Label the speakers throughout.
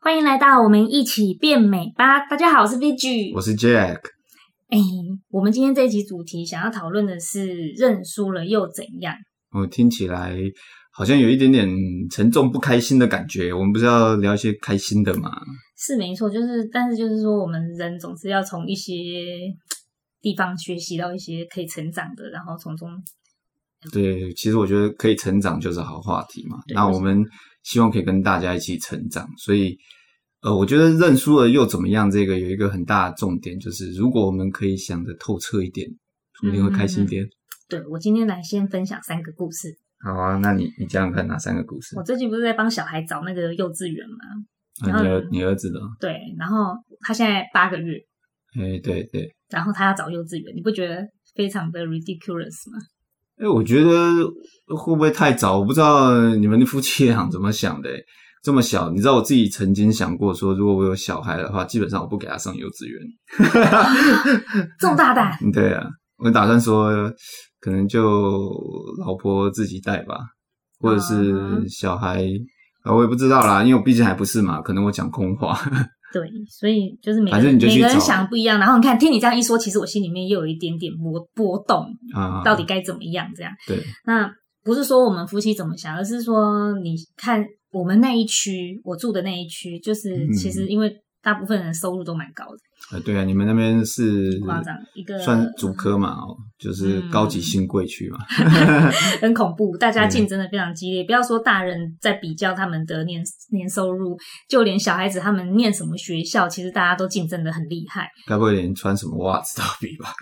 Speaker 1: 欢迎来到我们一起变美吧！大家好，我是 Vigi，
Speaker 2: 我是 Jack。
Speaker 1: 哎、我们今天这一集主题想要讨论的是认输了又怎样？
Speaker 2: 我听起来好像有一点点沉重不开心的感觉。我们不是要聊一些开心的嘛？
Speaker 1: 是没错，就是但是就是说，我们人总是要从一些地方学习到一些可以成长的，然后从中
Speaker 2: 对，其实我觉得可以成长就是好话题嘛。
Speaker 1: 对
Speaker 2: 那
Speaker 1: 没
Speaker 2: 我
Speaker 1: 错
Speaker 2: 们希望可以跟大家一起成长，所以呃，我觉得认输了又怎么样？这个有一个很大的重点就是，如果我们可以想得透彻一点，说不定会开心
Speaker 1: 嗯
Speaker 2: 一点。
Speaker 1: 对我今天来先分享三个故事。
Speaker 2: 好啊，那你你讲讲看哪三个故事
Speaker 1: 我？最近不是在帮小孩找那个幼稚园嘛？
Speaker 2: 啊、你儿你儿子的？
Speaker 1: 对，然后他现在八个月，
Speaker 2: 哎、对对。
Speaker 1: 然后他要找幼稚园，你不觉得非常的 ridiculous 吗？
Speaker 2: 哎、我觉得会不会太早？我不知道你们夫妻俩怎么想的、欸 这么小，你知道我自己曾经想过说，如果我有小孩的话，基本上我不给他上幼稚园。
Speaker 1: 这么大胆，
Speaker 2: 对啊，我打算说，可能就老婆自己带吧，或者
Speaker 1: 啊
Speaker 2: 是小孩，啊，我也不知道啦，因为我毕竟还不是嘛，可能我讲空话。
Speaker 1: 对，所以就是每个
Speaker 2: 反正
Speaker 1: 人
Speaker 2: 你就去
Speaker 1: 每个人
Speaker 2: 找
Speaker 1: 想不一样。然后你看，听你这样一说，其实我心里面又有一点点波波动，
Speaker 2: 啊，
Speaker 1: 到底该怎么样？这样，
Speaker 2: 对，
Speaker 1: 那不是说我们夫妻怎么想，而是说你看我们那一区，我住的那一区，就是
Speaker 2: 嗯
Speaker 1: 其实因为大部分人收入都蛮高的，
Speaker 2: 呃，对啊，你们那边是
Speaker 1: 夸张一个
Speaker 2: 算主科嘛，哦，就是高级
Speaker 1: 嗯
Speaker 2: 新贵区嘛。
Speaker 1: 很恐怖，大家
Speaker 2: 嗯
Speaker 1: 竞争的非常激烈。不要说大人在比较他们的年年收入，就连小孩子他们念什么学校，其实大家都竞争的很厉害。
Speaker 2: 该不会连穿什么袜子都比吧？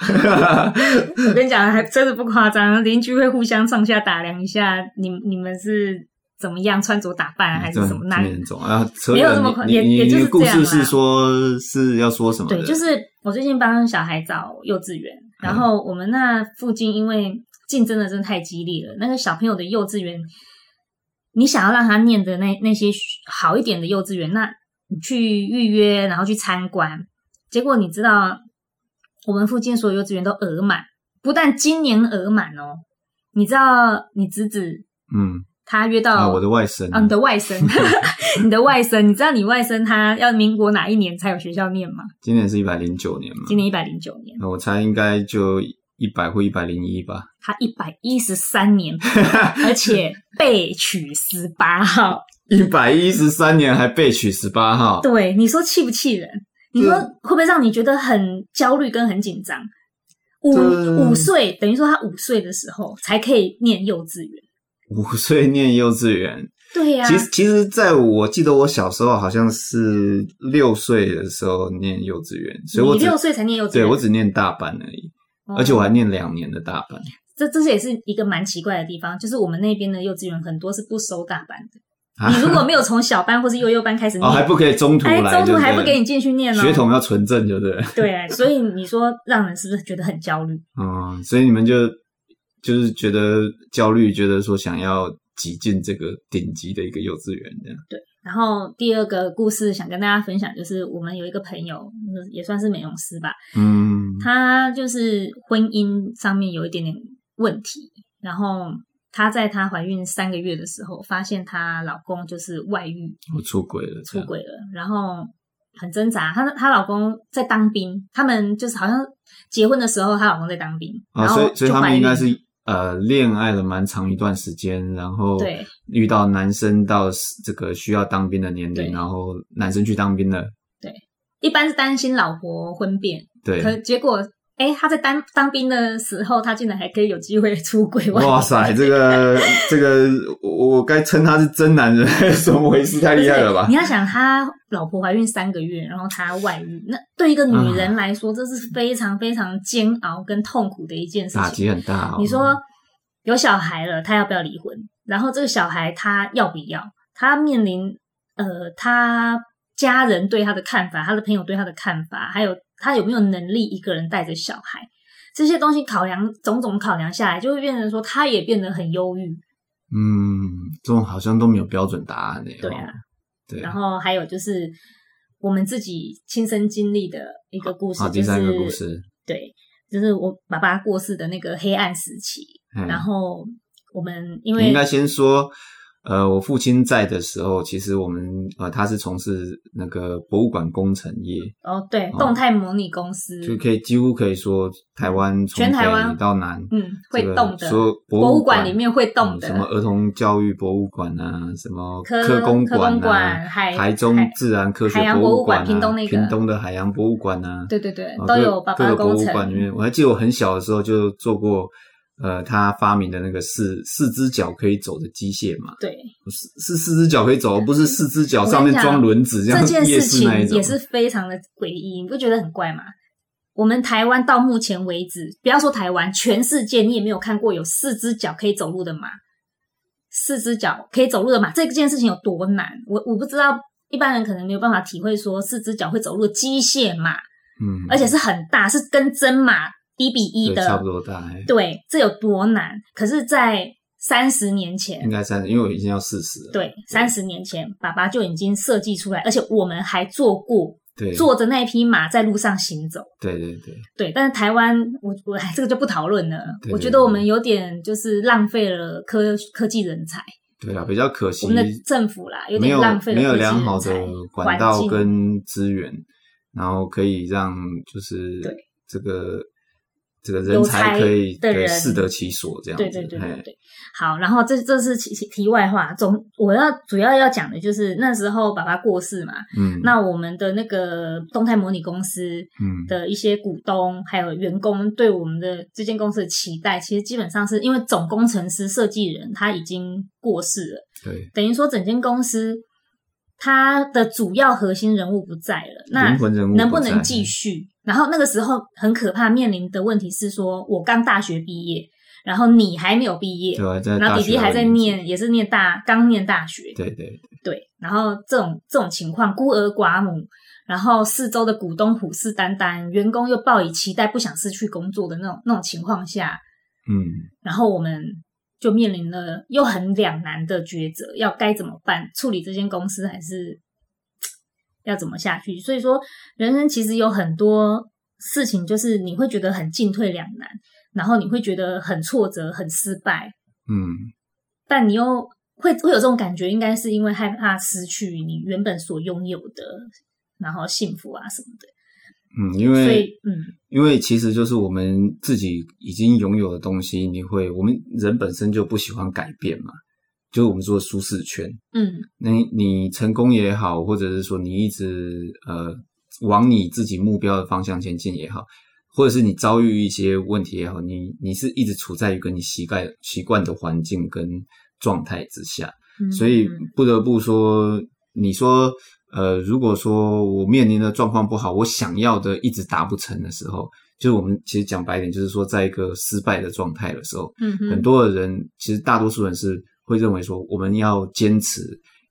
Speaker 1: 我跟你讲，还真的不夸张，邻居会互相上下打量一下，你你们是怎么样穿着打扮 啊，还是
Speaker 2: 这
Speaker 1: 什么
Speaker 2: 这
Speaker 1: 那
Speaker 2: 么？严重啊？扯
Speaker 1: 没有
Speaker 2: 远
Speaker 1: 这么
Speaker 2: 你
Speaker 1: 夸
Speaker 2: 你
Speaker 1: 也也
Speaker 2: 你
Speaker 1: 就是
Speaker 2: 你的故
Speaker 1: 这样
Speaker 2: 事
Speaker 1: 啦
Speaker 2: 是说是要说什么的？
Speaker 1: 对，就是我最近帮小孩找幼稚园，然后我们那附近因为竞争的真的太激烈了，那个小朋友的幼稚园，你想要让他念的那那些好一点的幼稚园，那你去预约，然后去参观，结果你知道我们附近所有幼稚园都额满，不但今年额满哦，你知道你侄子
Speaker 2: 嗯，
Speaker 1: 他约
Speaker 2: 啊，
Speaker 1: 到
Speaker 2: 我的外甥
Speaker 1: 啊，你的外甥， 你的外甥，你知道你外甥他要民国哪一年才有学校念吗？
Speaker 2: 今年是一百零九年嘛，
Speaker 1: 今年一百零九年，
Speaker 2: 那我猜应该就一百或一百零一吧。
Speaker 1: 他一百一十三年，而且被取十八 号。
Speaker 2: 一百一十三年还被取十八号，
Speaker 1: 对，你说气不气人？你说
Speaker 2: 这
Speaker 1: 会不会让你觉得很焦虑跟很紧张？五
Speaker 2: 这
Speaker 1: 五岁，等于说他五岁的时候才可以念幼稚园。
Speaker 2: 五岁念幼稚园，
Speaker 1: 对啊呀、
Speaker 2: 其实，其实，在我记得我小时候好像是六岁的时候念幼稚园，所以我
Speaker 1: 你
Speaker 2: 只
Speaker 1: 六岁才念幼稚园，
Speaker 2: 对我只念大班而已，
Speaker 1: 哦
Speaker 2: 而且我还念两年的大班。
Speaker 1: 这这是也是一个蛮奇怪的地方，就是我们那边的幼稚园很多是不收大班的。
Speaker 2: 啊
Speaker 1: 你如果没有从小班或是幼幼班开始念，
Speaker 2: 哦，还不可以中途
Speaker 1: 哎
Speaker 2: 来，
Speaker 1: 中途
Speaker 2: 对对
Speaker 1: 还不给你进去念哦
Speaker 2: 血统要纯正，对不对？
Speaker 1: 对，所以你说让人是不是觉得很焦虑？
Speaker 2: 嗯，所以你们就就是觉得焦虑，觉得说想要挤进这个顶级的一个幼稚园这样。
Speaker 1: 然后第二个故事想跟大家分享，就是我们有一个朋友，嗯也算是美容师吧，
Speaker 2: 嗯，
Speaker 1: 他就是婚姻上面有一点点问题，然后她在她怀孕三个月的时候，发现她老公就是外遇
Speaker 2: 我出轨了，这
Speaker 1: 出
Speaker 2: 样。
Speaker 1: 轨了，然后很挣扎。她她老公在当兵，他们就是好像结婚的时候，她老公在当兵，
Speaker 2: 啊，
Speaker 1: 然后
Speaker 2: 所以所以
Speaker 1: 就
Speaker 2: 他
Speaker 1: 怀孕
Speaker 2: 们应该
Speaker 1: 了
Speaker 2: 是呃恋爱了蛮长一段时间，然后
Speaker 1: 对
Speaker 2: 遇到男生到这个需要当兵的年
Speaker 1: 对
Speaker 2: 龄，然后男生去当兵了，
Speaker 1: 一般是担心老婆婚变，
Speaker 2: 对，
Speaker 1: 可结果，哎、他在当当兵的时候，他竟然还可以有机会 出轨外遇
Speaker 2: 哇塞，这个这个我我该称他是真男人，怎么回事？太厉害了吧
Speaker 1: 你！要想，他老婆怀孕三个月，然后他外遇，那对一个女人来说，这是非常非常煎熬跟痛苦的一件事
Speaker 2: 打
Speaker 1: 情。
Speaker 2: 击很大、哦。
Speaker 1: 你说有小孩了，他要不要离婚？然后这个小孩他要不要？他面临呃，他家人对他的看法，他的朋友对他的看法，还有他有没有能力一个人带着小孩，这些东西考量种种考量下来，就会变成说他也变得很忧郁。
Speaker 2: 嗯，这种好像都没有标准答案呢、
Speaker 1: 对啊
Speaker 2: 哦，对
Speaker 1: 然后还有就是我们自己亲身经历的一个故事，
Speaker 2: 好，
Speaker 1: 就
Speaker 2: 第
Speaker 1: 是
Speaker 2: 三个故事，
Speaker 1: 对，就是我爸爸过世的那个黑暗时期，
Speaker 2: 嗯
Speaker 1: 然后我们因
Speaker 2: 你
Speaker 1: 为
Speaker 2: 应该先说，呃，我父亲在的时候，其实我们呃，他是从事那个博物馆工程业，
Speaker 1: 哦，对，
Speaker 2: 哦
Speaker 1: 动态模拟公司，
Speaker 2: 就可以几乎可以说台湾从
Speaker 1: 嗯全台湾
Speaker 2: 北到南，
Speaker 1: 嗯，会
Speaker 2: 这个
Speaker 1: 动的，
Speaker 2: 所有
Speaker 1: 博
Speaker 2: 物
Speaker 1: 物馆里面会动
Speaker 2: 嗯
Speaker 1: 的
Speaker 2: 什么儿童教育博物馆啊，什么
Speaker 1: 科
Speaker 2: 工
Speaker 1: 科工
Speaker 2: 啊
Speaker 1: 馆，海
Speaker 2: 台中
Speaker 1: 海
Speaker 2: 自然科学
Speaker 1: 海洋
Speaker 2: 博
Speaker 1: 博
Speaker 2: 物
Speaker 1: 物馆
Speaker 2: 馆啊，
Speaker 1: 屏东那个
Speaker 2: 的海洋博物馆啊，
Speaker 1: 对对对，
Speaker 2: 啊
Speaker 1: 都
Speaker 2: 各
Speaker 1: 有爸爸
Speaker 2: 各
Speaker 1: 的
Speaker 2: 个博
Speaker 1: 工
Speaker 2: 物
Speaker 1: 程，
Speaker 2: 馆里面，我还记得我很小的时候就做过。呃，他发明的那个四四只脚可以走的机械嘛，
Speaker 1: 对，
Speaker 2: 是是四只脚可以走，不是四只脚
Speaker 1: 我跟
Speaker 2: 上面
Speaker 1: 你讲
Speaker 2: 装轮子这
Speaker 1: 这
Speaker 2: 样
Speaker 1: 件
Speaker 2: 夜
Speaker 1: 事
Speaker 2: 市
Speaker 1: 情
Speaker 2: 那一种，
Speaker 1: 也是非常的诡异，你不觉得很怪吗？我们台湾到目前为止，不要说台湾，全世界你也没有看过有四只脚可以走路的马，四只脚可以走路的马，这件事情有多难？我我不知道，一般人可能没有办法体会说四只脚会走路的机械马，
Speaker 2: 嗯，
Speaker 1: 而且是很大，是跟真马一比一
Speaker 2: 对
Speaker 1: 的，
Speaker 2: 差不多大，哎
Speaker 1: 对，这有多难？可是，在三十年前
Speaker 2: 应，该三十，因为我已经要四十了，
Speaker 1: 对，三十年前，爸爸就已经设计出来，而且我们还做过，
Speaker 2: 对，
Speaker 1: 坐着那匹马在路上行走。
Speaker 2: 对对对，
Speaker 1: 对，但是台湾，我我 这个就不讨论了。
Speaker 2: 对
Speaker 1: 我觉得我们有点就是浪费了科科技人才，
Speaker 2: 对啊，比较可惜
Speaker 1: 我，们的政府啦，有
Speaker 2: 没
Speaker 1: 点
Speaker 2: 有
Speaker 1: 浪费了
Speaker 2: 没有
Speaker 1: 科技
Speaker 2: 良
Speaker 1: 人
Speaker 2: 好
Speaker 1: 才
Speaker 2: 的管
Speaker 1: 环
Speaker 2: 道
Speaker 1: 境
Speaker 2: 跟资源，然后可以让就是
Speaker 1: 对
Speaker 2: 这个这个
Speaker 1: 有
Speaker 2: 人才
Speaker 1: 才
Speaker 2: 可以
Speaker 1: 的
Speaker 2: 对
Speaker 1: 人
Speaker 2: 适得其所这样子，
Speaker 1: 对对对对
Speaker 2: 嘿
Speaker 1: 对，好，然后这这是题题外话，总我要主要要讲的就是那时候爸爸过世嘛，
Speaker 2: 嗯，
Speaker 1: 那我们的那个动态模拟公司
Speaker 2: 嗯
Speaker 1: 的一些股东还有员工对我们的这间公司的期待，其实基本上是因为总工程师设计人他已经过世了，
Speaker 2: 对
Speaker 1: 等于说整间公司它的主要核心人物不在了，那
Speaker 2: 灵魂人物
Speaker 1: 能
Speaker 2: 不
Speaker 1: 不
Speaker 2: 在
Speaker 1: 能继续？然后那个时候很可怕，面临的问题是说，我刚大学毕业，然后你还没有毕业，
Speaker 2: 对啊，在
Speaker 1: 然后
Speaker 2: 大
Speaker 1: 弟
Speaker 2: 学
Speaker 1: 弟还
Speaker 2: 有
Speaker 1: 在
Speaker 2: 年纪，
Speaker 1: 念，也是念大，刚念大学，
Speaker 2: 对对
Speaker 1: 对，然后这种这种情况，孤儿寡母，然后四周的股东虎视眈眈，员工又抱以期待，不想失去工作的那种那种情况下，
Speaker 2: 嗯
Speaker 1: 然后我们就面临了又很两难的抉择，要该怎么办？处理这间公司还是要怎么下去？所以说，人生其实有很多事情，就是你会觉得很进退两难，然后你会觉得很挫折、很失败，
Speaker 2: 嗯
Speaker 1: 但你又会会有这种感觉，应该是因为害怕失去你原本所拥有的，然后幸福啊什么的。
Speaker 2: 嗯，因
Speaker 1: 所
Speaker 2: 为
Speaker 1: 以，嗯，
Speaker 2: 因为其实就是我们自己已经拥有的东西，你会我们人本身就不喜欢改变嘛，就是我们说的舒适圈。
Speaker 1: 嗯，
Speaker 2: 那你你成功也好，或者是说你一直呃往你自己目标的方向前进也好，或者是你遭遇一些问题也好，你你是一直处在一个你习惯习惯的环境跟状态之下，
Speaker 1: 嗯
Speaker 2: 所以
Speaker 1: 嗯
Speaker 2: 不得不说，你说呃，如果说我面临的状况不好，我想要的一直达不成的时候，就是我们其实讲白一点，就是说在一个失败的状态的时候，
Speaker 1: 嗯哼
Speaker 2: 很多的人，其实大多数人是会认为说，我们要坚持，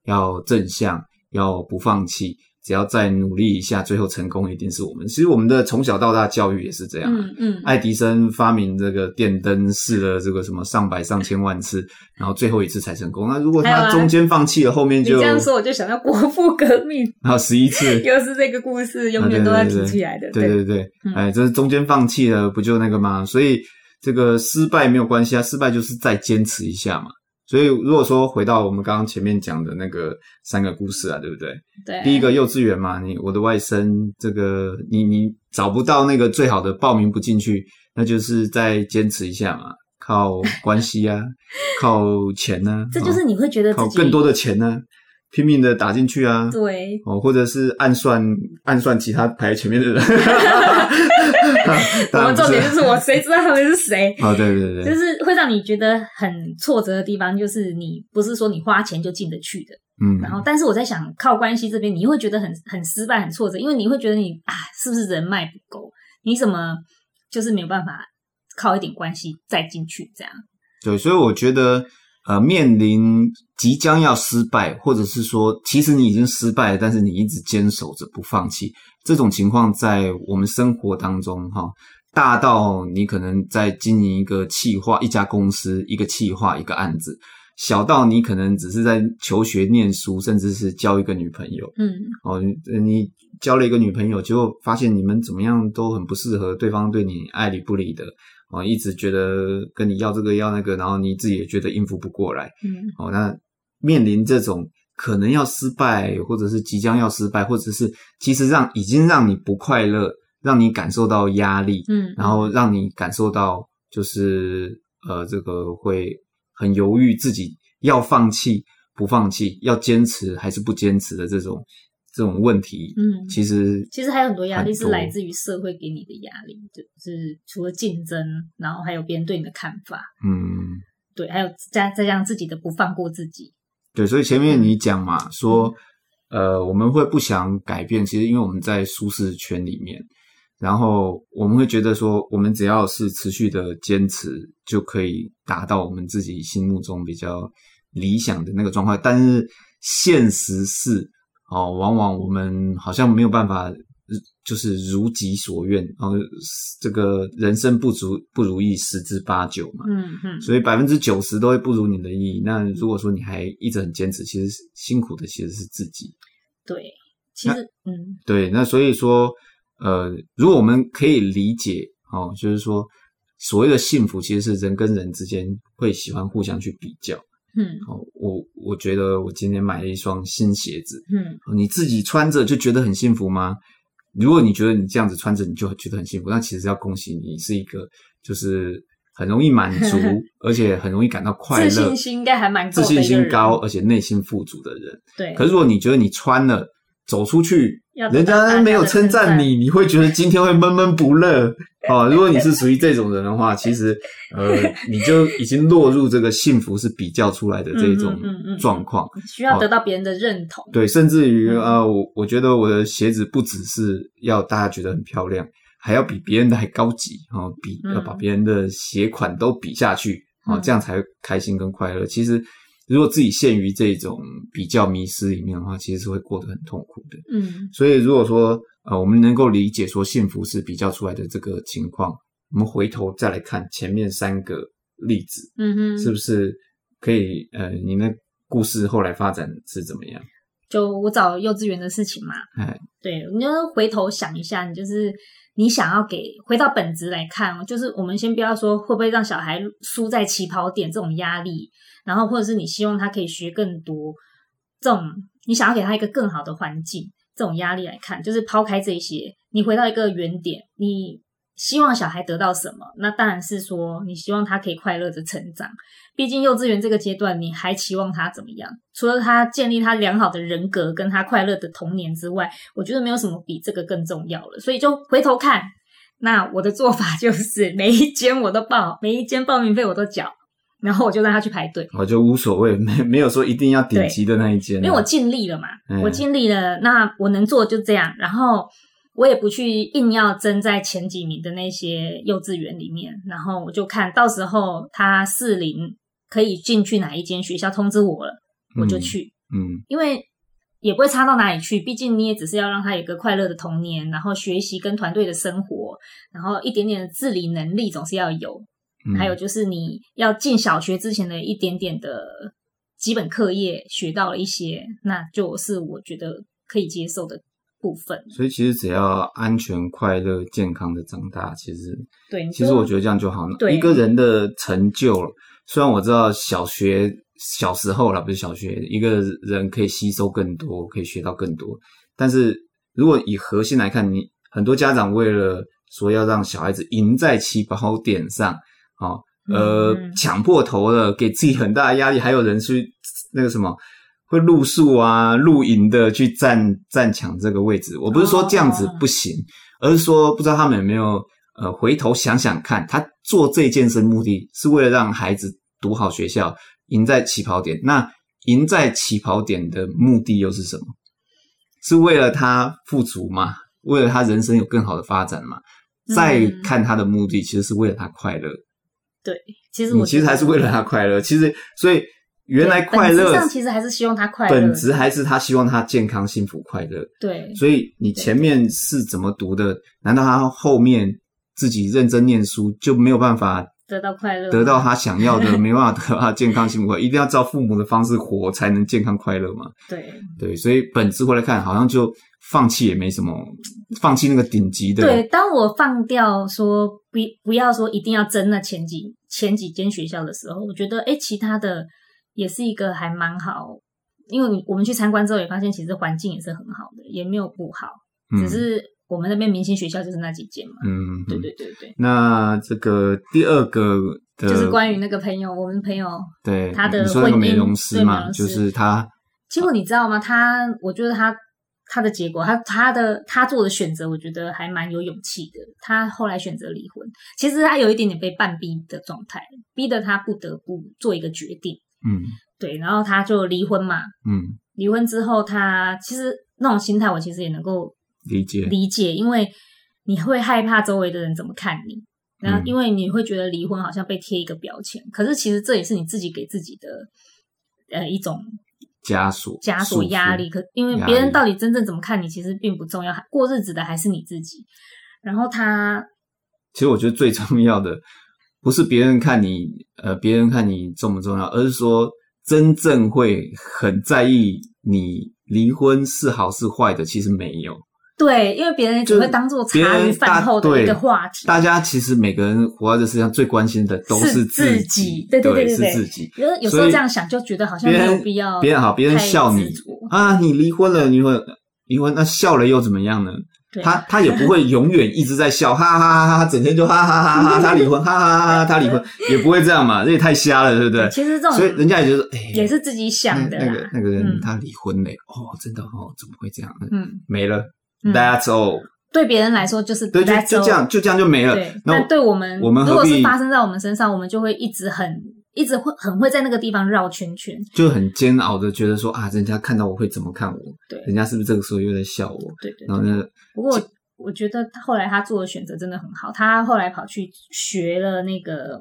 Speaker 2: 要正向，要不放弃，只要再努力一下，最后成功一定是我们。其实我们的从小到大教育也是这样啊。
Speaker 1: 嗯嗯，
Speaker 2: 爱迪生发明这个电灯试了这个什么上百上千万次，然后最后一次才成功。那如果
Speaker 1: 还有
Speaker 2: 他
Speaker 1: 啊
Speaker 2: 中间放弃了，后面
Speaker 1: 你
Speaker 2: 就
Speaker 1: 这样说，我就想到国父革命，
Speaker 2: 然后十一次，
Speaker 1: 又是这个故事，永远都要提起来的。
Speaker 2: 啊对对对，
Speaker 1: 嗯
Speaker 2: 哎，这是中间放弃了，不就那个吗？所以这个失败没有关系啊，失败就是再坚持一下嘛。所以如果说回到我们刚刚前面讲的那个三个故事啊，对不对？
Speaker 1: 对，
Speaker 2: 第一个幼稚园嘛，你我的外甥，这个你你找不到那个最好的报名不进去，那就是再坚持一下嘛，靠关系啊， 靠钱啊，
Speaker 1: 这就是你会觉得
Speaker 2: 哦
Speaker 1: 自
Speaker 2: 靠
Speaker 1: 己
Speaker 2: 更多的钱啊，拼命的打进去啊，
Speaker 1: 对。
Speaker 2: 哦，或者是暗算暗算其他排前面的人。
Speaker 1: 我
Speaker 2: 当然
Speaker 1: 们
Speaker 2: 不
Speaker 1: 重点 就是 我，谁知道他们是谁？
Speaker 2: 哦，对对
Speaker 1: 就
Speaker 2: 对，
Speaker 1: 是会让你觉得很挫折的地方，就是你不是说你花钱就进得去的。
Speaker 2: 嗯，
Speaker 1: 然后，但是我在想，靠关系这边，你会觉得很很失败、很挫折，因为你会觉得你啊，是不是人脉不够？你怎么就是没有办法靠一点关系再进去？这样，
Speaker 2: 对，所以我觉得呃，面临即将要失败，或者是说其实你已经失败了，但是你一直坚守着不放弃，这种情况在我们生活当中哈。大到你可能在经营一个企划、一家公司、一个企划、一个案子；小到你可能只是在求学、念书，甚至是交一个女朋友。
Speaker 1: 嗯，
Speaker 2: 哦，你呃你交了一个女朋友，结果发现你们怎么样都很不适合，对方对你爱理不理的，哦，一直觉得跟你要这个要那个，然后你自己也觉得应付不过来，
Speaker 1: 嗯，
Speaker 2: 哦，那面临这种可能要失败，或者是即将要失败，或者是其实让已经让你不快乐，让你感受到压力，
Speaker 1: 嗯，
Speaker 2: 然后让你感受到就是呃，这个会很犹豫自己要放弃不放弃，要坚持还是不坚持的这种这种问题，
Speaker 1: 嗯
Speaker 2: 其实
Speaker 1: 其实还有很多压力是
Speaker 2: 很多
Speaker 1: 来自于社会给你的压力，就是除了竞争，然后还有别人对你的看法，
Speaker 2: 嗯。
Speaker 1: 对，还有加再加上自己的不放过自己，
Speaker 2: 对，所以前面你讲嘛，说呃，我们会不想改变，其实因为我们在舒适圈里面，然后我们会觉得说，我们只要是持续的坚持，就可以达到我们自己心目中比较理想的那个状态。但是现实是，哦，往往我们好像没有办法，呃就是如己所愿，然后这个人生不足不如意十之八九嘛。
Speaker 1: 嗯嗯，
Speaker 2: 所以百分之九十都会不如你的意。那如果说你还一直很坚持，其实辛苦的其实是自己。
Speaker 1: 对，其实嗯
Speaker 2: 对，那所以说，呃，如果我们可以理解哦，就是说，所谓的幸福其实是人跟人之间会喜欢互相去比较。
Speaker 1: 嗯
Speaker 2: 哦，我我觉得我今天买了一双新鞋子，
Speaker 1: 嗯
Speaker 2: 你自己穿着就觉得很幸福吗？如果你觉得你这样子穿着你就觉得很幸福，那其实要恭喜你是一个就是很容易满 足，而且很容易感到快乐，
Speaker 1: 自信心应该还蛮够
Speaker 2: 自
Speaker 1: 的
Speaker 2: 信
Speaker 1: 一个
Speaker 2: 心
Speaker 1: 人
Speaker 2: 高，而且内心富足的人。
Speaker 1: 对，
Speaker 2: 可是如果你觉得你穿了走出去
Speaker 1: 要，得
Speaker 2: 人
Speaker 1: 到大家
Speaker 2: 家
Speaker 1: 的
Speaker 2: 没有称赞
Speaker 1: 称
Speaker 2: 你，你会觉得今天会闷闷不乐哦。如果你是属于这种人的话，其实呃，你就已经落入这个幸福是比较出来的这种
Speaker 1: 嗯嗯嗯嗯
Speaker 2: 状况。
Speaker 1: 需要得到别人的认同，
Speaker 2: 哦对，甚至于
Speaker 1: 嗯
Speaker 2: 呃，我我觉得我的鞋子不只是要大家觉得很漂亮，还要比别人的还高级哦，比
Speaker 1: 嗯
Speaker 2: 要把别人的鞋款都比下去哦，
Speaker 1: 嗯
Speaker 2: 这样才会开心跟快乐。其实如果自己陷于这种比较迷失里面的话，其实是会过得很痛苦的。
Speaker 1: 嗯
Speaker 2: 所以如果说呃，我们能够理解说幸福是比较出来的这个情况，我们回头再来看前面三个例子，
Speaker 1: 嗯哼，
Speaker 2: 是不是可以？呃，你那故事后来发展是怎么样？
Speaker 1: 就我找幼稚园的事情嘛，
Speaker 2: 哎，
Speaker 1: 对，你就回头想一下，你就是你想要给回到本质来看哦，就是我们先不要说会不会让小孩输在起跑点这种压力，然后或者是你希望他可以学更多这种，你想要给他一个更好的环境这种压力来看，就是抛开这些，你回到一个原点，你希望小孩得到什么？那当然是说你希望他可以快乐的成长。毕竟幼稚园这个阶段，你还期望他怎么样？除了他建立他良好的人格跟他快乐的童年之外，我觉得没有什么比这个更重要了。所以就回头看，那我的做法 就是每一间我都报，每一间报名费我都缴，然后我就让他去排队，
Speaker 2: 我就无所谓，没没有说一定要顶级的那一间啊、
Speaker 1: 因为我尽力了嘛，
Speaker 2: 嗯
Speaker 1: 我尽力了，那我能做就这样，然后。我也不去硬要争在前几名的那些幼稚园里面，然后我就看到时候他适龄可以进去哪一间学校通知我了，我就去。
Speaker 2: 嗯，
Speaker 1: 因为也不会差到哪里去，毕竟你也只是要让他有一个快乐的童年，然后学习跟团队的生活，然后一点点的自理能力总是要有，
Speaker 2: 嗯，嗯
Speaker 1: 还有就是你要进小学之前的一点点的基本课业学到了一些，那就是我觉得可以接受的部分。
Speaker 2: 所以其实只要安全、快乐、健康的长大，其实
Speaker 1: 对，你
Speaker 2: 其实
Speaker 1: 说
Speaker 2: 我觉得这样就好了。
Speaker 1: 对
Speaker 2: 一个人的成就，虽然我知道小学小时候啦，不是小学，一个人可以吸收更多，可以学到更多，但是如果以核心来看，你很多家长为了说要让小孩子赢在起跑点上，哦，呃
Speaker 1: 嗯，
Speaker 2: 抢破头了，给自己很大的压力，还有人去那个什么。会露宿啊，露营的去占占抢这个位置。我不是说这样子
Speaker 1: 哦
Speaker 2: 不行，而是说不知道他们有没有呃回头想想看，他做这件事的目的是为了让孩子读好学校，赢在起跑点。那赢在起跑点的目的又是什么？是为了他富足嘛？为了他人生有更好的发展嘛？
Speaker 1: 嗯
Speaker 2: 再看他的目的，其实是为了他快乐。
Speaker 1: 其实
Speaker 2: 你
Speaker 1: 我
Speaker 2: 其实还是为了他快乐。其实，所以原来快
Speaker 1: 本
Speaker 2: 乐
Speaker 1: 质上其实还是希望他快乐
Speaker 2: 本质还是他希望他健康、幸福、快乐。
Speaker 1: 对
Speaker 2: 所以你前面是怎么读的？难道他后面自己认真念书就没有办法
Speaker 1: 得到快乐，
Speaker 2: 得到他想要 的，没办法得到他健康、幸福、快乐？一定要照父母的方式活才能健康快乐吗？
Speaker 1: 对
Speaker 2: 对，所以本质回来看，好像就放弃也没什么，放弃那个顶级的，
Speaker 1: 对，当我放掉说不不要说一定要争那前几前几间学校的时候，我觉得哎，诶其他的也是一个还蛮好，因为我们去参观之后也发现，其实环境也是很好的，也没有不好，只是我们那边明星学校就是那几间嘛。
Speaker 2: 嗯，嗯
Speaker 1: 对对对对，
Speaker 2: 那这个第二个的
Speaker 1: 就是关于那个朋友，我们朋友，
Speaker 2: 对
Speaker 1: 他的
Speaker 2: 你说那个
Speaker 1: 婚姻
Speaker 2: 美容师
Speaker 1: 对美
Speaker 2: 嘛，
Speaker 1: 容
Speaker 2: 就
Speaker 1: 师
Speaker 2: 是他
Speaker 1: 结果你知道吗？他，我觉得他他的结果，他他的他做的选择，我觉得还蛮有勇气的。他后来选择离婚，其实他有一点点被半逼的状态，逼得他不得不做一个决定。
Speaker 2: 嗯
Speaker 1: 对，然后他就离婚嘛，
Speaker 2: 嗯
Speaker 1: 离婚之后他其实那种心态，我其实也能够
Speaker 2: 理解，
Speaker 1: 理解，因为你会害怕周围的人怎么看你，然后
Speaker 2: 嗯
Speaker 1: 因为你会觉得离婚好像被贴一个标签，可是其实这也是你自己给自己的呃一种
Speaker 2: 枷锁
Speaker 1: 枷锁
Speaker 2: 束缚
Speaker 1: 压力，可因为
Speaker 2: 压
Speaker 1: 别人
Speaker 2: 力
Speaker 1: 到底真正怎么看你，其实并不重要，还过日子的还是你自己。然后他
Speaker 2: 其实我觉得最重要的不是别人看你，呃，别人看你重不重要，而是说真正会很在意你离婚是好是坏的，其实没有。
Speaker 1: 对，因为别人只
Speaker 2: 就
Speaker 1: 会当做
Speaker 2: 别
Speaker 1: 茶
Speaker 2: 人
Speaker 1: 余
Speaker 2: 大
Speaker 1: 饭后的
Speaker 2: 对
Speaker 1: 一个话题，
Speaker 2: 大家其实每个人活在这世上最关心的都
Speaker 1: 是
Speaker 2: 自
Speaker 1: 自己对对对对
Speaker 2: 是
Speaker 1: 对
Speaker 2: 自己。
Speaker 1: 有有时候
Speaker 2: 所以
Speaker 1: 这样想就觉得好像
Speaker 2: 别
Speaker 1: 没
Speaker 2: 人
Speaker 1: 有必要，
Speaker 2: 别人好，别人笑你啊，你离婚了，离婚离婚，那笑了又怎么样呢？
Speaker 1: 对
Speaker 2: 他他也不会永远一直在笑，哈哈哈哈哈，整天就哈哈哈哈，他离婚，哈哈哈哈，他离婚，也不会这样嘛，这也太瞎了，对不对？
Speaker 1: 其实这种
Speaker 2: 所以人家也觉得，哎、
Speaker 1: 也是自己想的
Speaker 2: 那那
Speaker 1: 啦
Speaker 2: 个，那个人
Speaker 1: 嗯
Speaker 2: 他离婚嘞、哦，真的哦，怎么会这样？
Speaker 1: 嗯，
Speaker 2: 没了、
Speaker 1: 嗯
Speaker 2: t h a t s all，
Speaker 1: 对别人来说就是
Speaker 2: 对，就
Speaker 1: that's
Speaker 2: 就这
Speaker 1: all
Speaker 2: 样，就这样就没了
Speaker 1: 对，。
Speaker 2: 那
Speaker 1: 但对我们，
Speaker 2: 我们
Speaker 1: 如
Speaker 2: 何
Speaker 1: 果是
Speaker 2: 必
Speaker 1: 发生在我们身上，我们就会一直很一直会很会在那个地方绕圈圈。
Speaker 2: 就很煎熬的觉得说啊，人家看到我会怎么看我？
Speaker 1: 对
Speaker 2: 人家是不是这个时候又在笑我？
Speaker 1: 对对
Speaker 2: 然
Speaker 1: 对
Speaker 2: 后呢，
Speaker 1: 不过我我觉得他后来他做的选择真的很好，他后来跑去学了那个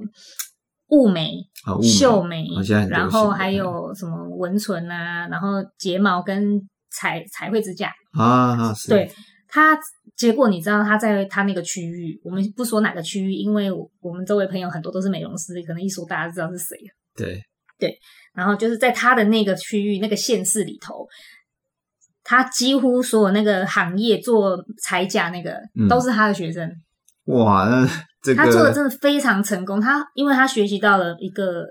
Speaker 1: 雾眉、
Speaker 2: 啊，雾眉
Speaker 1: 秀眉
Speaker 2: 啊现在很，流
Speaker 1: 然
Speaker 2: 行
Speaker 1: 后
Speaker 2: 的
Speaker 1: 还有什么纹唇啊，然后睫毛跟彩彩绘指甲。
Speaker 2: 啊啊，是
Speaker 1: 对，他，结果你知道他在他那个区域，我们不说哪个区域，因为我我们周围朋友很多都是美容师，可能一说大家知道是谁。
Speaker 2: 对，
Speaker 1: 然后就是在他的那个区域、那个县市里头，他几乎所有那个行业做裁甲那个、
Speaker 2: 嗯
Speaker 1: 都是他的学生，
Speaker 2: 哇，那这个
Speaker 1: 他做的真的非常成功。他因为他学习到了一个，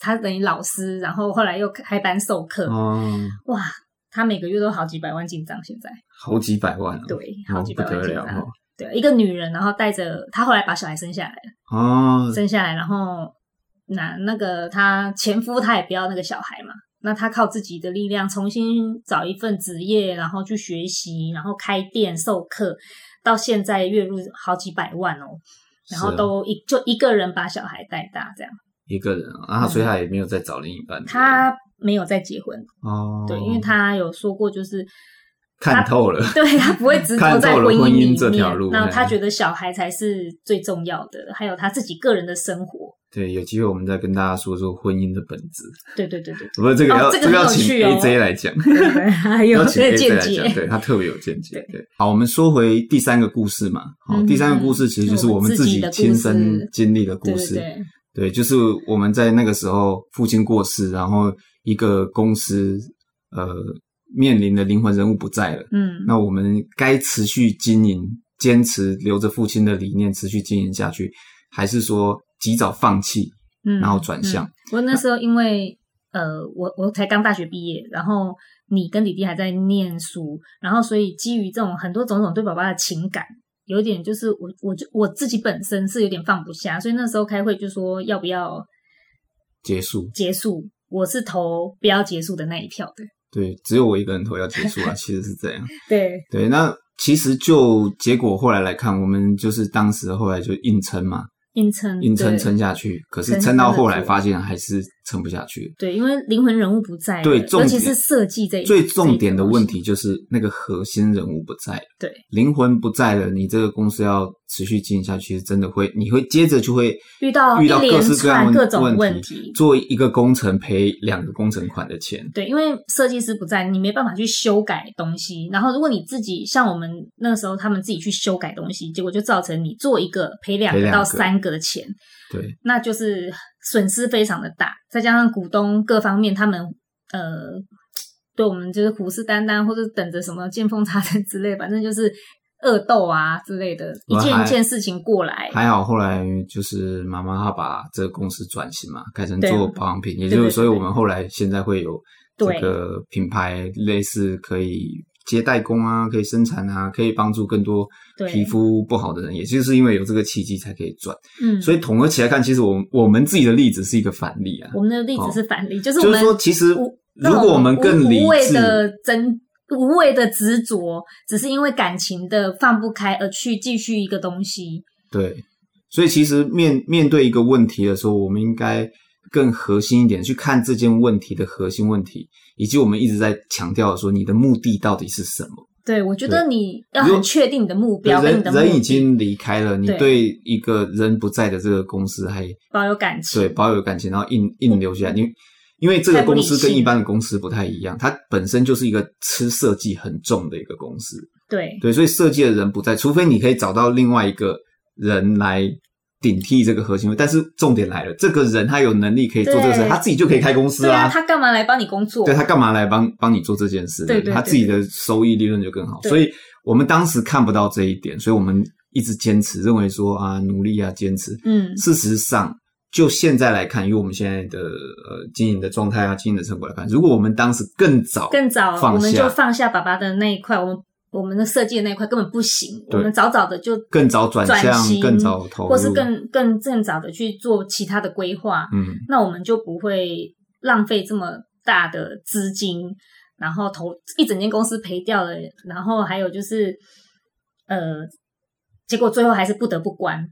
Speaker 1: 他等于老师，然后后来又开班授课，
Speaker 2: 哦，
Speaker 1: 哇，他每个月都好几百万进账，现在
Speaker 2: 好几百万哦，
Speaker 1: 对，好
Speaker 2: 哦
Speaker 1: 几
Speaker 2: 不
Speaker 1: 百万
Speaker 2: 得
Speaker 1: 进
Speaker 2: 了
Speaker 1: 账。
Speaker 2: 哦
Speaker 1: 对，一个女人，然后带着她后来把小孩生下来了，
Speaker 2: 哦，
Speaker 1: 生下来，然后那那个她前夫他也不要那个小孩嘛，那她靠自己的力量重新找一份职业，然后去学习，然后开店授课，到现在月入好几百万哦，然后
Speaker 2: 是哦
Speaker 1: 都一就一个人把小孩带大这样，
Speaker 2: 一个人啊啊，
Speaker 1: 嗯
Speaker 2: 所以他也没有再找另一半。
Speaker 1: 她没有再结婚，
Speaker 2: 哦，
Speaker 1: 对，因为她有说过就是。
Speaker 2: 看透了，
Speaker 1: 对他不会执着
Speaker 2: 看
Speaker 1: 在
Speaker 2: 透了
Speaker 1: 婚
Speaker 2: 婚
Speaker 1: 姻里
Speaker 2: 姻
Speaker 1: 面，
Speaker 2: 这条路
Speaker 1: 那
Speaker 2: 嘿
Speaker 1: 他觉得小孩才是最重要的，还有他自己个人的生活。
Speaker 2: 对，有机会我们再跟大家说说婚姻的本质。
Speaker 1: 对对对对
Speaker 2: 不过这个
Speaker 1: 哦
Speaker 2: 要、
Speaker 1: 这个
Speaker 2: 个要
Speaker 1: 很有
Speaker 2: 请
Speaker 1: 趣哦
Speaker 2: AJ 来讲。
Speaker 1: 对，还有
Speaker 2: 邀
Speaker 1: 这
Speaker 2: 请
Speaker 1: 个
Speaker 2: A
Speaker 1: 见
Speaker 2: 来讲，
Speaker 1: 解，
Speaker 2: 对他特别有见解。对，好，我们说回第三个故事嘛。哦，
Speaker 1: 嗯
Speaker 2: 第三个故事其实就是我们自己亲身经历的故
Speaker 1: 对对
Speaker 2: 事。
Speaker 1: 对，
Speaker 2: 对，就是我们在那个时候父亲过世，然后一个公司呃面临的灵魂人物不在了，
Speaker 1: 嗯，
Speaker 2: 那我们该持续经营，坚持留着父亲的理念持续经营下去，还是说及早放弃？
Speaker 1: 嗯，
Speaker 2: 然后转向
Speaker 1: 嗯我那时候因为呃，我我才刚大学毕业，然后你跟弟弟还在念书，然后所以基于这种很多种种对爸爸的情感，有点就是我我就我自己本身是有点放不下，所以那时候开会就说要不要
Speaker 2: 结束？
Speaker 1: 结束，我是投不要结束的那一票的。
Speaker 2: 对，只有我一个人头要结束啊，其实是这样。
Speaker 1: 对，
Speaker 2: 对，那其实就结果后来来看，我们就是当时后来就硬撑嘛，
Speaker 1: 硬撑，
Speaker 2: 硬撑
Speaker 1: 嗯对
Speaker 2: 撑下去，可是
Speaker 1: 撑
Speaker 2: 撑到后来
Speaker 1: 撑得住
Speaker 2: 发现还是撑不下去。
Speaker 1: 对，因为灵魂人物不在了，
Speaker 2: 对，重
Speaker 1: 哎尤其
Speaker 2: 点
Speaker 1: 是设计这一
Speaker 2: 最重点的问，
Speaker 1: 这一
Speaker 2: 题就是那个核心人物不在了，
Speaker 1: 对，
Speaker 2: 灵魂不在了，你这个公司要持续经营下去，真的会，你会接着就会
Speaker 1: 遇到
Speaker 2: 遇到
Speaker 1: 一
Speaker 2: 各
Speaker 1: 连
Speaker 2: 式各样
Speaker 1: 串
Speaker 2: 问
Speaker 1: 各种
Speaker 2: 问
Speaker 1: 问题
Speaker 2: 做一个工程赔两个工程款的钱，
Speaker 1: 对，因为设计师不在，你没办法去修改东西。然后，如果你自己像我们那时候，他们自己去修改东西，结果就造成你做一个赔两
Speaker 2: 赔
Speaker 1: 个
Speaker 2: 两个
Speaker 1: 到三个的钱，
Speaker 2: 对，
Speaker 1: 那就是损失非常的大。再加上股东各方面，他们呃，对我们就是虎视眈眈，或者等着什么见缝插针之类，反正就是恶斗啊之类的，一
Speaker 2: 我
Speaker 1: 件
Speaker 2: 还
Speaker 1: 一件事情过来。
Speaker 2: 还好后来就是妈妈她把这个公司转型嘛，改成
Speaker 1: 对
Speaker 2: 做保养品，也
Speaker 1: 对
Speaker 2: 就
Speaker 1: 对
Speaker 2: 是所以
Speaker 1: 对
Speaker 2: 我们后来现在会有这
Speaker 1: 对
Speaker 2: 个品牌，类似可以接代工啊，可以生产啊，可以帮助更多
Speaker 1: 对
Speaker 2: 皮肤不好的人，也就是因为有这个契机才可以转。
Speaker 1: 嗯，
Speaker 2: 所以统合起来看，其实我我们自己的例子是一个反例啊，
Speaker 1: 我们的例子是反例，就是我
Speaker 2: 就是
Speaker 1: 们
Speaker 2: 说其实
Speaker 1: 无
Speaker 2: 如果我们更理
Speaker 1: 无谓
Speaker 2: 智
Speaker 1: 的争。无谓的执着，只是因为感情的放不开而去继续一个东西。
Speaker 2: 对，所以其实面面对一个问题的时候，我们应该更核心一点去看这件问题的核心问题，以及我们一直在强调的说你的目的到底是什么。
Speaker 1: 对我觉得你要
Speaker 2: 如
Speaker 1: 很
Speaker 2: 果
Speaker 1: 确定你的目
Speaker 2: 对
Speaker 1: 标跟
Speaker 2: 人
Speaker 1: 你的目
Speaker 2: 人已
Speaker 1: 的，
Speaker 2: 经离开了，你
Speaker 1: 对
Speaker 2: 对一个人不在的这个公司还
Speaker 1: 保有感情。
Speaker 2: 对保有感情，然后硬硬留下来，因为因为这个
Speaker 1: 太不
Speaker 2: 公
Speaker 1: 理
Speaker 2: 司跟
Speaker 1: 性
Speaker 2: 一般的公司不太一样，它本身就是一个吃设计很重的一个公司。
Speaker 1: 对
Speaker 2: 对，所以设计的人不在，除非你可以找到另外一个人来顶替这个核心位。但是重点来了，这个人他有能力可以做这个事，
Speaker 1: 对
Speaker 2: 他自己就可以开公司
Speaker 1: 对啊，
Speaker 2: 啊。
Speaker 1: 他干嘛来帮你工作？
Speaker 2: 对他干嘛来帮帮你做这件事呢？
Speaker 1: 对对
Speaker 2: 他自己的收益利润就更好。
Speaker 1: 对
Speaker 2: 所以我们当时看不到这一点，所以我们一直坚持，认为说啊，努力啊，坚持。
Speaker 1: 嗯，
Speaker 2: 事实上，就现在来看，因为我们现在的呃经营的状态啊，经营的成果来看，如果我们当时更早
Speaker 1: 更早
Speaker 2: 放
Speaker 1: 我们
Speaker 2: 下
Speaker 1: 就放下爸爸的那一块，我们我们的设计的那一块根本不行，我
Speaker 2: 对
Speaker 1: 们早早的就
Speaker 2: 更早转
Speaker 1: 转
Speaker 2: 向
Speaker 1: 型
Speaker 2: 更早投入
Speaker 1: 或是更更更早的去做其他的规划，
Speaker 2: 嗯。
Speaker 1: 那我们就不会浪费这么大的资金，然后投一整间公司赔掉了，然后还有就是呃，结果最后还是不得不关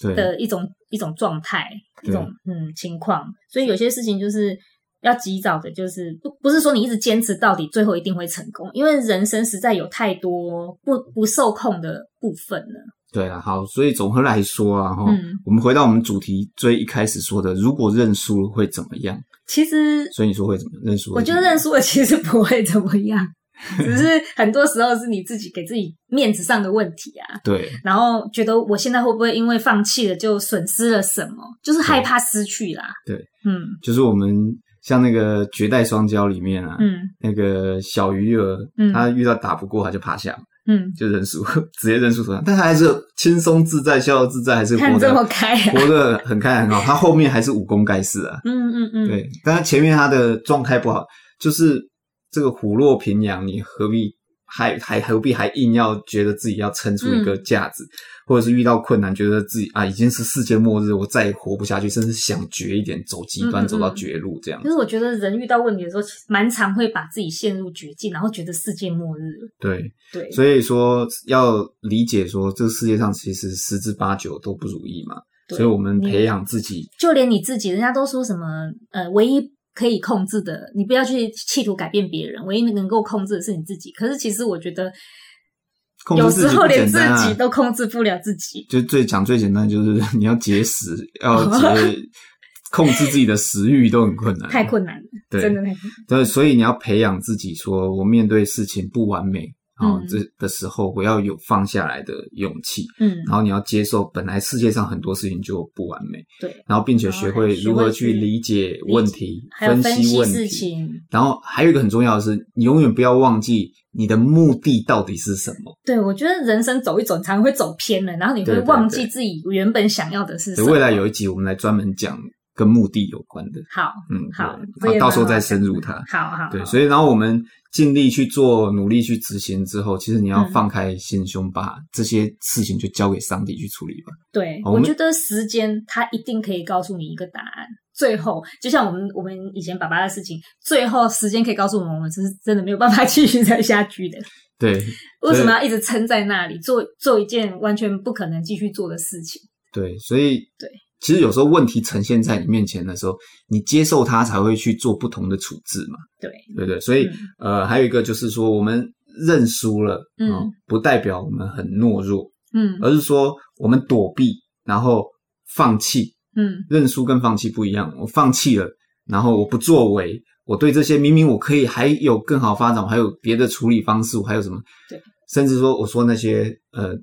Speaker 2: 对，
Speaker 1: 的一种一种状态，一
Speaker 2: 对
Speaker 1: 种嗯情况，所以有些事情就是。要及早的，就是不不是说你一直坚持到底，最后一定会成功，因为人生实在有太多不不受控的部分了。
Speaker 2: 对啊，好，所以总和来说啊，哈、
Speaker 1: 嗯
Speaker 2: 我们回到我们主题最一开始说的，如果认输会怎么样？
Speaker 1: 其实
Speaker 2: 所以你说会怎么样认输？
Speaker 1: 我觉得认，输了其实不会怎么 样，只是很多时候是你自己给自己面子上的问题啊。
Speaker 2: 对
Speaker 1: 然后觉得我现在会不会因为放弃了就损失了什么？就是害怕失去啦。
Speaker 2: 对，
Speaker 1: 嗯
Speaker 2: 就是我们像那个《绝代双骄》里面啊，
Speaker 1: 嗯
Speaker 2: 那个小鱼儿，
Speaker 1: 嗯
Speaker 2: 他遇到打不过他就趴下，
Speaker 1: 嗯，
Speaker 2: 就认输， 直接认输投降，但他还是轻松自在、逍遥自在，还是
Speaker 1: 看
Speaker 2: 活
Speaker 1: 这么
Speaker 2: 得
Speaker 1: 开啊。
Speaker 2: 活得很开很好。他后面还是武功盖世啊，
Speaker 1: 嗯嗯嗯，
Speaker 2: 对，但他前面他的状态不好，就是这个虎落平阳，你何必还还何必还硬要觉得自己要撑
Speaker 1: 嗯
Speaker 2: 出一个架子，或者是遇到困难，觉得自己啊已经是世界末日，我再也活不下去，甚至想绝一点，走极
Speaker 1: 嗯
Speaker 2: 端，
Speaker 1: 嗯
Speaker 2: 走到
Speaker 1: 嗯
Speaker 2: 绝路这样
Speaker 1: 就。是我觉得人遇到问题的时候，蛮常会把自己陷入绝境，然后觉得世界末日了。
Speaker 2: 对，
Speaker 1: 对，
Speaker 2: 所以说要理解说，这个世界上其实十之八九都不如意嘛，
Speaker 1: 对
Speaker 2: 所以我们
Speaker 1: 你
Speaker 2: 培养自己
Speaker 1: 就连你自己，人家都说什么呃，唯一可以控制的，你不要去企图改变别人，唯一能够控制的是你自己。可是其实我觉得，
Speaker 2: 控
Speaker 1: 有
Speaker 2: 制自
Speaker 1: 时
Speaker 2: 己
Speaker 1: 候
Speaker 2: 不
Speaker 1: 连
Speaker 2: 简
Speaker 1: 自
Speaker 2: 单啊
Speaker 1: 己。都控制不了自己。
Speaker 2: 就最讲最简单，就是 你要节食，要节 控制自己的食欲都很困难，
Speaker 1: 太困难了，
Speaker 2: 嗯对，
Speaker 1: 真的太困难。
Speaker 2: 对，所以你要培养自己说，我面对事情不完美啊、哦
Speaker 1: 嗯
Speaker 2: 这的时候，我要有放下来的勇气，
Speaker 1: 嗯，
Speaker 2: 然后你要接受本来世界上很多事情就不完美，
Speaker 1: 对，
Speaker 2: 然后并且
Speaker 1: 然后
Speaker 2: 学
Speaker 1: 还
Speaker 2: 会
Speaker 1: 学
Speaker 2: 如
Speaker 1: 会
Speaker 2: 何
Speaker 1: 去
Speaker 2: 去理解
Speaker 1: 解
Speaker 2: 问题、
Speaker 1: 还有分
Speaker 2: 析
Speaker 1: 析
Speaker 2: 问
Speaker 1: 事
Speaker 2: 题。
Speaker 1: 情，
Speaker 2: 然后还有一个很重要的是，你永远不要忘记你的目的到底是什么。
Speaker 1: 对我觉得人生走一走，常常会走偏了，然后你
Speaker 2: 对
Speaker 1: 会
Speaker 2: 对
Speaker 1: 忘
Speaker 2: 对
Speaker 1: 记自己原本想要的是什
Speaker 2: 对
Speaker 1: 么。
Speaker 2: 未来有一集我们来专门讲跟目的有关的，
Speaker 1: 好，
Speaker 2: 嗯，
Speaker 1: 好这
Speaker 2: 对
Speaker 1: 也
Speaker 2: 好到
Speaker 1: 蛮
Speaker 2: 时候
Speaker 1: 好
Speaker 2: 再
Speaker 1: 的
Speaker 2: 深入它。
Speaker 1: 好好，
Speaker 2: 对，
Speaker 1: 好
Speaker 2: 所以然后我们尽力去做，努力去执行之后，其实你要
Speaker 1: 嗯
Speaker 2: 放开心胸，把这些事情就交给上帝去处理吧。
Speaker 1: 对，
Speaker 2: 好我
Speaker 1: 我
Speaker 2: 们
Speaker 1: 觉得时间它一定可以告诉你一个答案。最后，就像我们我们以前爸爸的事情，最后时间可以告诉我们，我们是真的没有办法 继续再下去的。
Speaker 2: 对
Speaker 1: 为什么要一直撑在那里，做做一件完全不可能继续做的事情？
Speaker 2: 对，所以
Speaker 1: 对，
Speaker 2: 其实有时候问题呈现在你面前的时候，你接受它才会去做不同的处置嘛，
Speaker 1: 对，
Speaker 2: 对不对？所以、呃，还有一个就是说，我们认输了，
Speaker 1: 嗯
Speaker 2: 哦不代表我们很懦弱，
Speaker 1: 嗯
Speaker 2: 而是说我们躲避，然后放弃，
Speaker 1: 嗯，
Speaker 2: 认输跟放弃不一样，我放弃了，然后我不作为，我对这些明明我可以还有更好发展，我还有别的处理方式，我还有什么？
Speaker 1: 对，
Speaker 2: 甚至说我说那些呃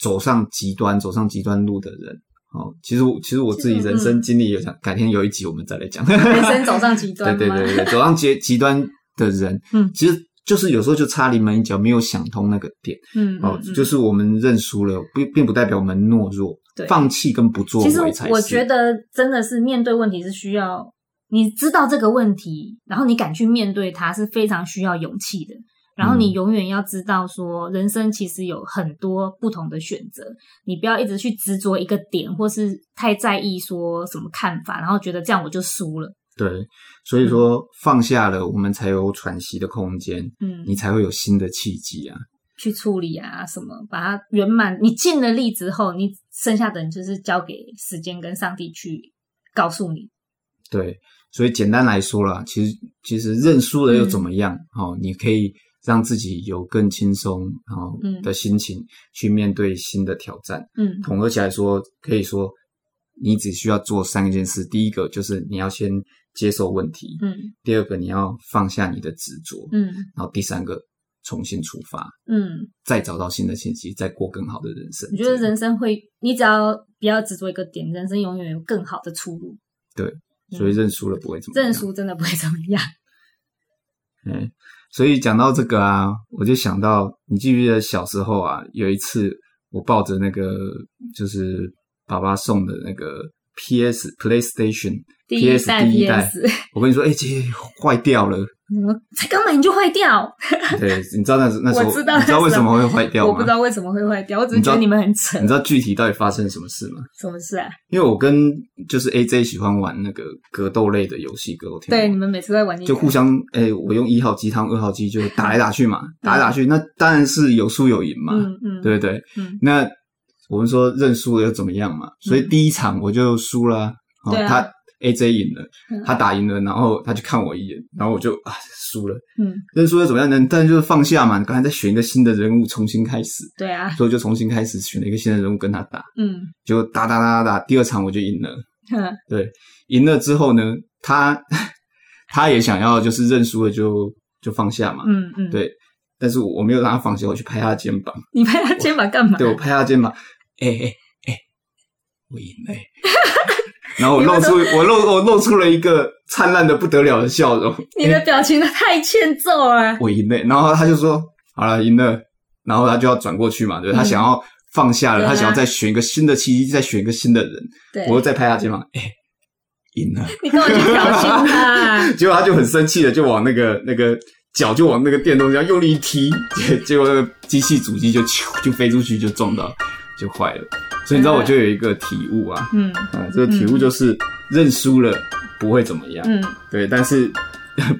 Speaker 2: 走上极端、走上极端路的人，哦，其实我其实我自己人生经历有讲，改天有一集我们再来讲。
Speaker 1: 嗯人生走上极端
Speaker 2: 对
Speaker 1: 吗？
Speaker 2: 对对对，走上极极端的人，
Speaker 1: 嗯
Speaker 2: 其实就是有时候就差临门一脚，没有想通那个点
Speaker 1: 嗯，
Speaker 2: 哦，
Speaker 1: 嗯
Speaker 2: 就是我们认输了，不并不代表我们懦弱，
Speaker 1: 对
Speaker 2: 放弃跟不作
Speaker 1: 其实
Speaker 2: 为才是。
Speaker 1: 我觉得真的是面对问题是需要你知道这个问题，然后你敢去面对它是非常需要勇气的。然后你
Speaker 2: 嗯
Speaker 1: 永远要知道说，人生其实有很多不同的选择，你不要一直去执着一个点，或是太在意说什么看法，然后觉得这样我就输了。
Speaker 2: 对，所以说放下了，我们才有喘息的空间，
Speaker 1: 嗯，
Speaker 2: 你才会有新的契机啊。
Speaker 1: 去处理啊，什么把它圆满。你尽了力之后，你剩下的你就是交给时间跟上帝去告诉你。
Speaker 2: 对，所以简单来说啦，其实其实认输
Speaker 1: 嗯
Speaker 2: 了又怎么样？哦，你可以让自己有更轻松哦
Speaker 1: 嗯
Speaker 2: 的心情、去面对新的挑战。
Speaker 1: 嗯
Speaker 2: 统合起来说，可以说你只需要做三件事：第一个就是你要先接受问题；
Speaker 1: 嗯
Speaker 2: 第二个你要放下你的执着；
Speaker 1: 嗯
Speaker 2: 然后第三个重新出发，
Speaker 1: 嗯，
Speaker 2: 再找到新的信息，再过更好的人生。
Speaker 1: 我觉得人生会，你只要不要执着一个点，人生永远有更好的出路。
Speaker 2: 所以认输了不会怎么
Speaker 1: 嗯
Speaker 2: 样
Speaker 1: 认。输真的不会怎么样。
Speaker 2: 嗯，所以讲到这个啊，我就想到，你记不记得小时候啊，有一次我抱着那个就是爸爸送的那个 PS PlayStation
Speaker 1: 第一
Speaker 2: PS
Speaker 1: 代
Speaker 2: 第一代
Speaker 1: PS，，
Speaker 2: 我跟你说，哎、姐坏掉了。
Speaker 1: 你说才刚买你就坏掉，
Speaker 2: 对，你知道那时那时候，
Speaker 1: 我知道
Speaker 2: 你知道为什么会坏掉吗？
Speaker 1: 我不知道为什么会坏掉，我只是
Speaker 2: 你知
Speaker 1: 觉
Speaker 2: 道
Speaker 1: 得你们很扯
Speaker 2: 你。知道具体到底发生什么事吗？
Speaker 1: 什么事啊？
Speaker 2: 因为我跟就是 AJ 喜欢玩那个格斗类的游戏，格斗天
Speaker 1: 对，
Speaker 2: 王
Speaker 1: 你们每次都在玩那个
Speaker 2: 就互相哎、我用一号机，他用二号机，就打来打去嘛，打来打去，那当然是有输有赢嘛，
Speaker 1: 嗯嗯，
Speaker 2: 对不对？
Speaker 1: 嗯
Speaker 2: 那我们说认输了又怎么样嘛？所以第一场我就输了、哦，
Speaker 1: 对啊
Speaker 2: 他 AJ 赢了，
Speaker 1: 嗯
Speaker 2: 他打赢了，然后他就看我一眼，然后我就啊输了，
Speaker 1: 嗯，
Speaker 2: 认输又怎么样呢？但就是放下嘛，你刚才再选一个新的人物重新开始，
Speaker 1: 对啊，
Speaker 2: 所以我就重新开始选了一个新的人物跟他打，
Speaker 1: 嗯
Speaker 2: 结果打打打打打，第二场我就赢了。
Speaker 1: 哼
Speaker 2: 对，赢了之后呢，他他也想要就是认输了就就放下嘛，
Speaker 1: 嗯嗯，
Speaker 2: 对。但是我没有让他放下，我去拍他的肩膀，
Speaker 1: 你拍他肩膀干嘛？
Speaker 2: 对我拍他的肩膀，哎哎哎，我赢 了欸、然后我露出我露我露出了一个灿烂的不得了的笑容，
Speaker 1: 你的表情太欠揍了。
Speaker 2: 我赢了欸、然后他就说好了赢了，然后他就要转过去嘛，对，他
Speaker 1: 嗯
Speaker 2: 想要放下了，
Speaker 1: 对啊
Speaker 2: 他想要再选一个新的契机，再选一个新的人，
Speaker 1: 对，
Speaker 2: 我又再拍他肩膀，哎、赢了。
Speaker 1: 你跟我去挑衅他 啊。
Speaker 2: 结果他就很生气的，就往那个那个脚就往那个电动上用力一踢， 结结果那个机器主机就咻就飞出去，就撞到，就坏了。所以你知道，我就有一个体悟啊，
Speaker 1: 嗯
Speaker 2: 啊，这个体悟就是认输了不会怎么样，
Speaker 1: 嗯，
Speaker 2: 对，但是。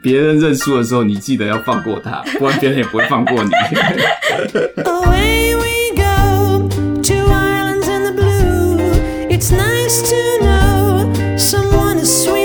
Speaker 2: 别人认输的时候，你记得要放过他，不然别人也不会放过你。
Speaker 3: Away we go to islands in the blue. It's nice to know someone is sweet